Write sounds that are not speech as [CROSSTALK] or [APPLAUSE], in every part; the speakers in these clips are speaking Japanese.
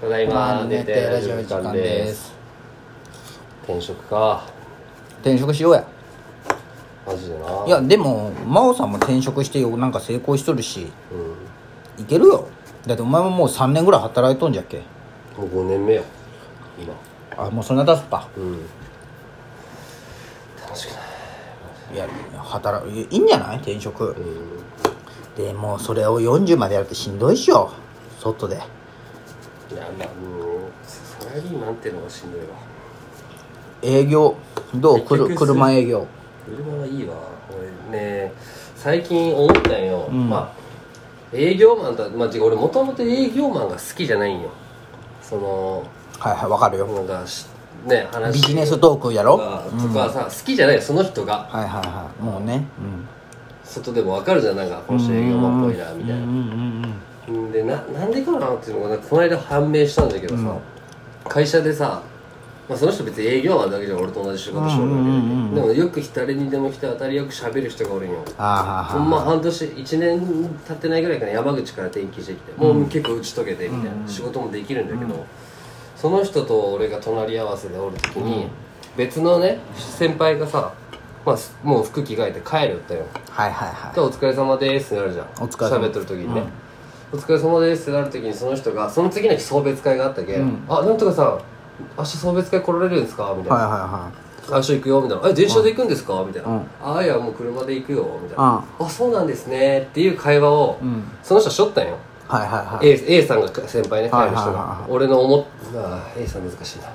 ただいま寝寝ててララジジオオのの時時間間でですす転職か転職しようやマジでないやでも真央さんも転職してよなんか成功しとるしうんいけるよだってお前ももう3年ぐらい働いとんじゃっけもう5年目よ今あもうそんな出すかうん楽しくないいや働いいいんじゃない転職うんでもうそれを40までやるってしんどいっしょ外でいやまあうんサラリーマンってのがしんどいわ営業どう結局くる車営業車はいいわ俺ね最近思ったんよ、まあ営業マンとは、まあ、違う俺もともと営業マンが好きじゃないんよそのはいはいわかるよなんかしね話ビジネストークやろとはかとかさ、好きじゃないよその人いがはいはいもうねうん外でも分かるじゃんなんかこの人営業マンっぽいなみたいうんうんうんなでななんでかなっていうのがねこの間判明したんだけどさ、会社でさ、まあ、その人別に営業マンだけじゃん俺と同じ仕事しよるわけだけど、うんうんうんうんでもよく誰にでも来て当たりよく喋る人がおるんよあーはーはーほんま半年1年経ってないぐらいかな山口から転勤してきてもう結構打ち解けてみたいな、仕事もできるんだけど、その人と俺が隣り合わせでおる時に、別のね先輩がさ、まあ、すもう服着替えて帰るってよはいはいは「今い日お疲れ様です」ってなるじゃんお疲れ様喋ってる時にね、お疲れ様です」ってなる時にその人がその次の日送別会があったけ「うんあなんとかさん明日送別会来られるんですか?」みたいなはいは最初行くよみたいな「え電車で行くんですか?」みたいな「うんああいやもう車で行くよ」みたいうんな「あそうなんですね」っていう会話を、んその人しょったんよ、いはいはいはいはい A, A さんが先輩ねは会いはいはいの人が俺の思っあー A さん難しいな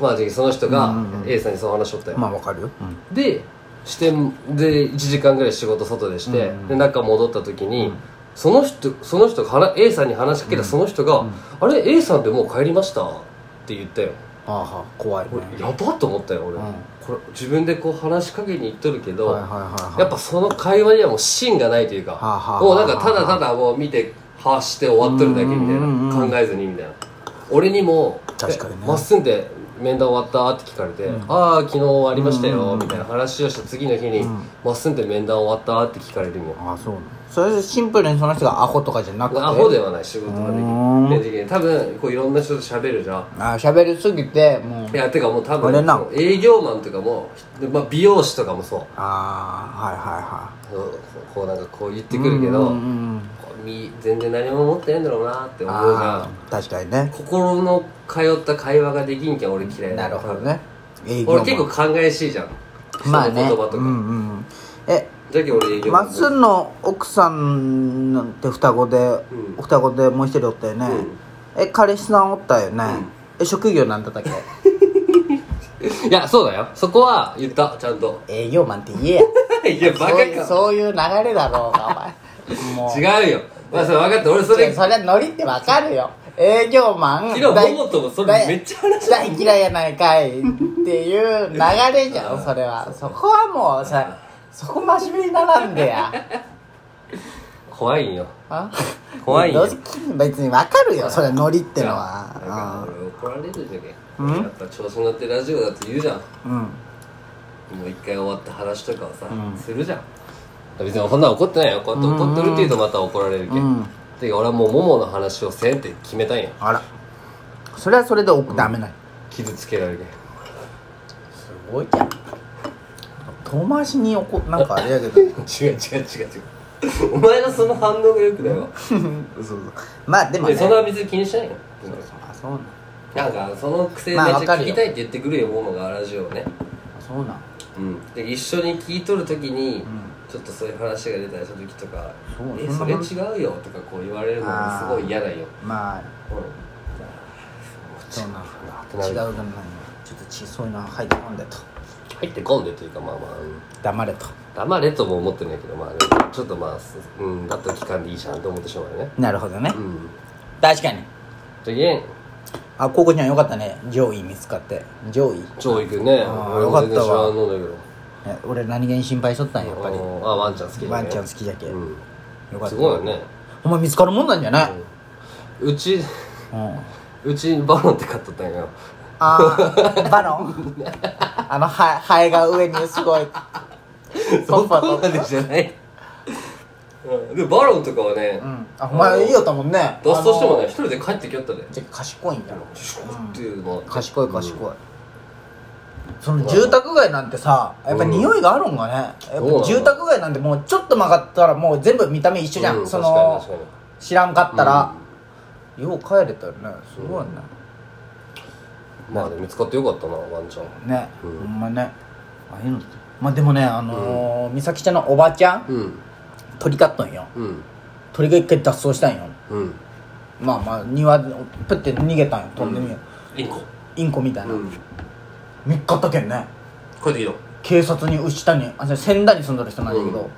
まあじゃあその人が A さんにその話しとったよ、まあわかるよ、うんで支店で1時間ぐらい仕事外でして、で中戻った時に、その人その人が話 A さんに話しかけたその人が「あれ A さんってもう帰りました?」って言ったよああはあ怖いねこれやばっと思ったよ俺、んこれ自分でこう話しかけに行っとるけど、はいはいはいはいやっぱその会話にはもう芯がないというか、あはあもうなんかただただもう見て発して終わっとるだけみたいな、うんうんうんうん考えずにみたいな俺にも確かにねえまっすんで面談終わった?」って聞かれて「ああ昨日終わりましたよ」みたいな話をした次の日に「まっすんで面談終わった?」って聞かれるもんああそうなのそれでシンプルにその人がアホとかじゃなくてアホではない仕事ができうるん面的に多分こういろんな人と喋るじゃんああ喋りすぎてもいうやてかもう多分俺な営業マンとかも、まあ、美容師とかもそうああはいはいはそうこうなんかこう言ってくるけど、いうんこうみ全然何も持ってないんだろうなって思うじゃあんあ確かにね心の通った会話ができんけん俺嫌いなるほどね営俺マン結構考えしいじゃんまあね人の言葉とか、うんうんえじゃけ俺営業マまンっすんの奥さんなんて双子で、うん双子でもう一人おったよね、うんえ彼氏さんおったよね、え職業なんだったっけいやそうだよそこは言ったちゃんと [LAUGHS] 営業マンって言えいややバカそういうかそういう流れだろうがお前もう違うよまあそれ分かった俺そ違れうそれはノリってわかるよ営業マン昨日大桃ともそれめっちゃ話し大大嫌いやないかいっていう流れじゃんそれはそこはもうさそこ真面目にならんでや怖いんよあ怖いよどうせ別にわかるよそれノリってのなんかは俺怒られるじゃけ、ん、やっぱ調子乗ってラジオだと言うじゃんうんうんもう一回終わった話とかをさ、するじゃん別にそんな怒ってないよこうやって怒ってるって言うとまた怒られるけ、うんてか俺はもうモモの話をせんって決めたんやあらそれはそれでおダメなの傷つけられるけすごいじゃん遠回しに怒なんかあれやけど違う違う違う違うお前のその反応がよくないわ嘘嘘まあでもでねそんな別に気にしないよあそうなんなんかその癖めっまあわちゃかる聞よきたいって言ってくるよモモがラジオをねあそうなんうんで一緒に聞いとる時に、ちょっとそういう話が出たりした時とかそうえそそんれな違うよ」とかこう言われるのあがすーごい嫌だよ、まあうそうなんだな違るうなんだちょっと小さいのは入ってこんでとん、入ってこんでというかまあまあ、うん黙れと黙れとも思ってないけどまあでもちょっとまあすうんだったら期間でいいじゃんと思ってしまうよねなるほどねうん確かにじゃけんあここちゃんよかったね上位見つかって上位超行くねあー俺も全然よかったわ知らんのだけどえ俺何気に心配しとったんややっぱりあーあワンちゃん好きだねワンちゃん好きじゃけようんかったすごいよねお前見つかるもんなんじゃないうちうんうちバロンって買っとったんよあー [LAUGHS] バロンあのハハ [LAUGHS] エが上にすごいそこまでじゃないでバロンとかはね、うんあお前いいよったもんね脱走してもねあ一人で帰ってきよったでのじゃあ賢いんだろシュッっていうのは賢い賢い、その住宅街なんてさやっぱ匂いがあるんがね、そやうなっのぱ住宅街なんてもうちょっと曲がったらもう全部見た目一緒じゃん、うんそ確かに確のかに知らんかったら、よう帰れたよねすごいね、まあでも見つかってよかったなワンちゃんね、うんほんまねああいうのってまあでもねあのー美咲ちゃんのおばちゃんうん鳥飼っとんようん鳥が一回脱走したんようんまあまあ庭でプッて逃げたんよ飛んでみよ、インコインコみたいな、うん見っかったけんね帰ってきた警察に牛田にあじゃあ仙台に住んどる人なんだけど、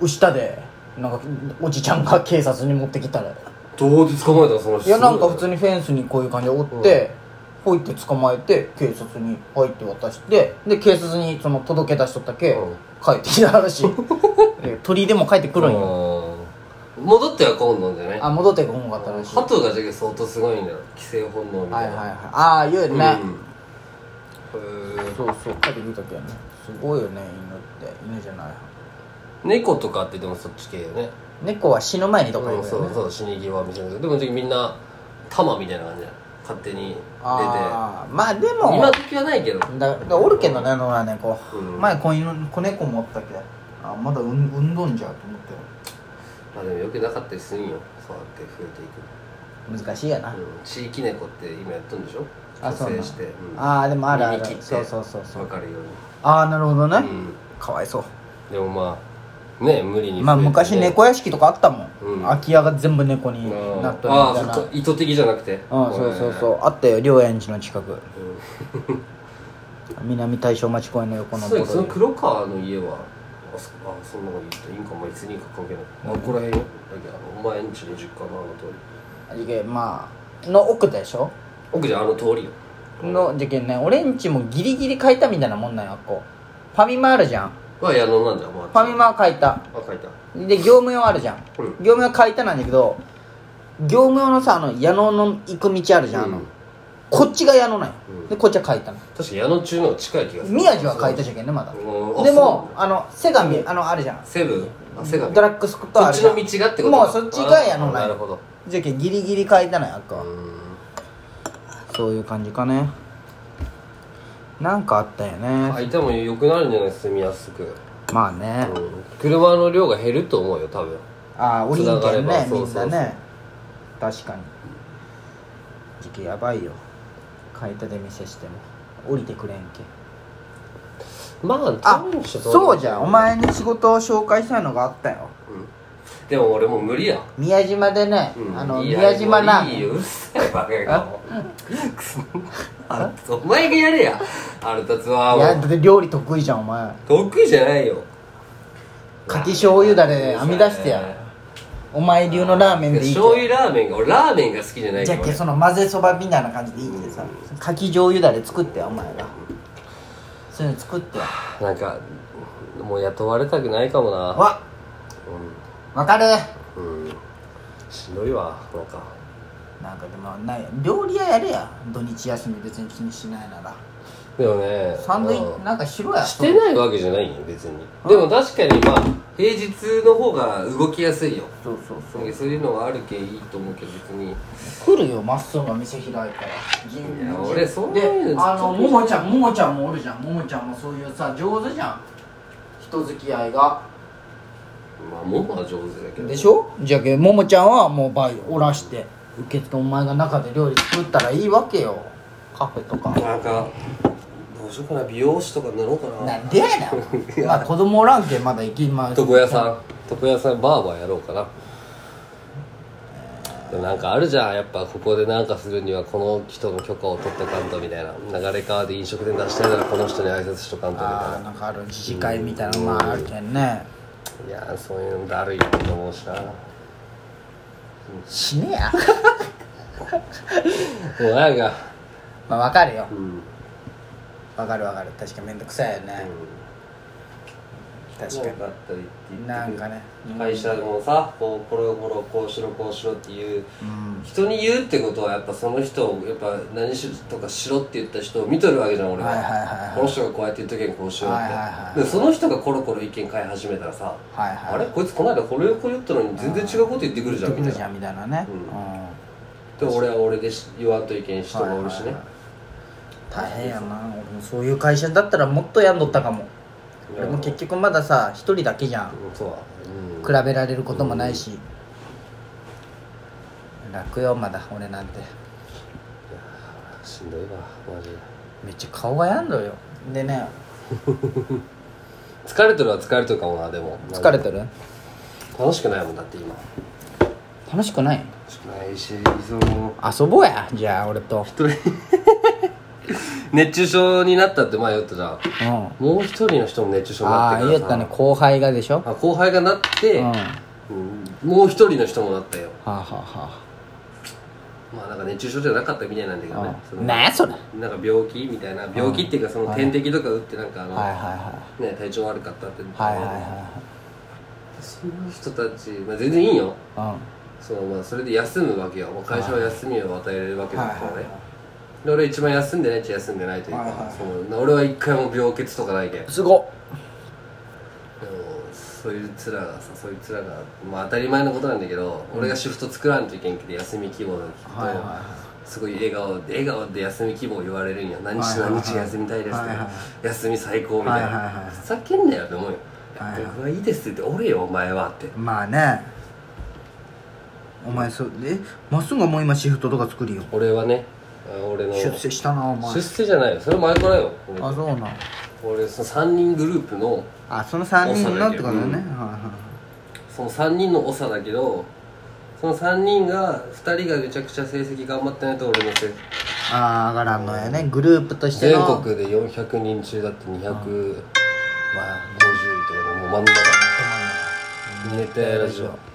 牛田でなんかおじちゃんが警察に持ってきたらいどうで捕まえたのその人やなんか普通にフェンスにこういう感じで折って、ほいって捕まえて警察に「はい」って渡してで警察にその届け出しとったけ、うん帰ってきた [LAUGHS] らしいで鳥でも帰ってくるんよ、あー戻ってはこんなんじゃないあ戻ってこんかったらしい鳩がじゃけ相当すごいんだよ寄生本能みはたいいはいなはいああ言うよね、うんへーそうそう帰ってきたけどねすごいよね犬って犬じゃない猫とかってでもそっち系よね猫は死ぬ前にどこ行うんくそようねそう死に際みたいなでもみんな玉みたいな感じだよ勝手に出てああまあでも今時はないけどだだおるけどね野良猫、うん前子犬子猫持ったけどあまだうんうんどんじゃと思ってまあでもよくなかったりするんよそうやって増えていく難しいやな、の、うん、地域猫って今やっとんでしょあそ蘇うなの生して、うんああでもあるある耳切ってそうそうそうそう分かるようにああなるほどね、うんかわいそうでもまあね無理に増えてねまあ昔猫屋敷とかあったもん、うん空き家が全部猫にうんなっとるあみたいあなそっか意図的じゃなくてうん、そうそうそうあったよ両園寺の近く南大正町公園の横こののボそロうその黒川の家はあそあそんなの言ったいいんかもいつにか関係ないあここら辺よだけどあのお前んちの実家のあの通り事件まあの奥でしょ奥じゃんあの通りよの事件ね俺んちもギリギリ書いたみたいなもんなんよあっこファミマあるじゃんは矢野なんだよまあファミマは書いたあ書いたで業務用あるじゃん、うん業務用書いたなんだけど業務用のさあの矢野の行く道あるじゃん、あうのんこっちが矢野なんよ、うんでこっちは書いたの確か矢野中の方が近い気がする宮地は書いたじゃんけんねまだうでんあもそうあのセガミあのあるじゃんセブンあセガミドラッグスコこアあっるちじゃのん道がってこともうそっちが矢野あななんるよほどじゃけんギリギリ書いたのよあっこは、うんそういう感じかねなんかあったよね、相手も良くなるんじゃない住みやすく、まあね、うん、車の量が減ると思うよ多分ああ降りんけ繋んがればねみそうんそなうそうね確かに時期やばいよ買いたて見せしても降りてくれんけまあ多あ分そうじゃんお前に仕事を紹介したいのがあったようんでも俺もう無理や、宮島でね、うんあのいや宮島ラーもういいメよンうっさいバカやかくそあお前がやれや腹立ついやわもだうって料理得意じゃんお前得意じゃないよかき醤油だれ編み出してやお前流のラーメンでいいけど醤油ラーメンが俺ラーメンが好きじゃないじゃけっどけその混ぜそばみたいな感じでいいけどさかき醤油だれ作ってよお前がそういうの作ってよなんかもう雇われたくないかもなわわかるうん、うん、しんどいわなんかなんかでもない料理屋やれや土日休み別に気にしないならでもねサンドイうんッチなんかしろやしてないわけじゃないよ別にでも確かにまあ平日の方が動きやすいよそうそうそういうのはあるけいいと思うけど別にそう来るよまっすぐが店開いたら自由いやに俺そうでいうのあのももちゃんももちゃんもおるじゃんももちゃんもそういうさ上手じゃん人付き合いがまあももは上手だけどでしょじゃけももちゃんはもうバイおらして受付お前が中で料理作ったらいいわけよカフェとかなんかどうしようかな美容師とかになろうかななんでやね [LAUGHS] んまあ子供おらんけんまだ行きま床屋さん床屋さんバーバーやろうかなでもなんかあるじゃんやっぱここでなんかするにはこの人の許可を取っとかんとみたいな流れ川で飲食店出してたらこの人に挨拶しとかんとみあたーなんかある自治会みたいなのまああるけんねいないやーそういうのだるいなと思うしな死ねやもうなんかまあわかるようんわかるわかる確かめんどくさいよね、確多かかったりって言ってになんかね会社もさこうこれをこれをこうしろこうしろっていううん人に言うってことはやっぱその人をやっぱ何しとかしろって言った人を見とるわけじゃん俺は,、はいはいはいはいこの人がこうやって言っとけんこうしようって、はいはいはいでその人がコロコロ意見変え始めたらさ、はいはいあれこいつこの間これをこう言ったのに全然違うこと言ってくるじゃん言ってみくたるいじゃなんみたいなねうんうんで俺は俺でし言わんといけん人がおるしね、はいはいはい大変やな俺もそういう会社だったらもっとやんどったかもいや俺も結局まださ一人だけじゃん比そうだ、うん、べられることもないし楽よまだ俺なんてしんどいわマジでめっちゃ顔がやんどよでね疲れてるは疲れてるかもなでも疲れてる楽しくないもんだって今楽しくない楽しくないしその遊ぼうやじゃあ俺と一人熱中症になったって前言ったじゃんうんあもう一人の人も熱中症になってあーから言さったね後輩がでしょあ後輩がなっうて、んはうんもう一人の人もなったよあはあはまあなんか熱中症じゃなかったみたいなんだけどねあそうんのなんやそれはいなんか病気みたいな病気っていうかその点滴とか打ってなんかあの、はいはね、体調悪かったって、いはいはいはその人たち、まあ、全然いいよいはいそのまあそれで休むわけよ、まあ、会社は休みを与えるわうけんだはいからね、はいはで俺一番休んでないっちゃ休んでないというか、はいはいその俺は一回も病欠とかないけんでいもすごっそいつらがさそいつらが、まあ、当たり前のことなんだけど、俺がシフト作らんといけんけど休み希望の聞くと、はいはいはいすごい笑顔で笑顔で休み希望言われるんや何はい日はいは何い日休みたいですとか、はいはい休み最高みたいな、はいはいはいふざけんなよって思うよ、はいはい僕はいいですっておれよお前はってまあねお前そうえまっすぐはもう今シフトとか作るよ俺はねあ俺の出世したなお前出世じゃないよそれ前からよ俺あそうなん俺その3人グループのあその3人のってことだね、うんはいはその3人の長だけどその3人が2人がめちゃくちゃ成績頑張ってないと俺の成績いああ上がらんのやねグループとしての全国で400人中だって200まあ50位とかもう真ん中寝てラジオ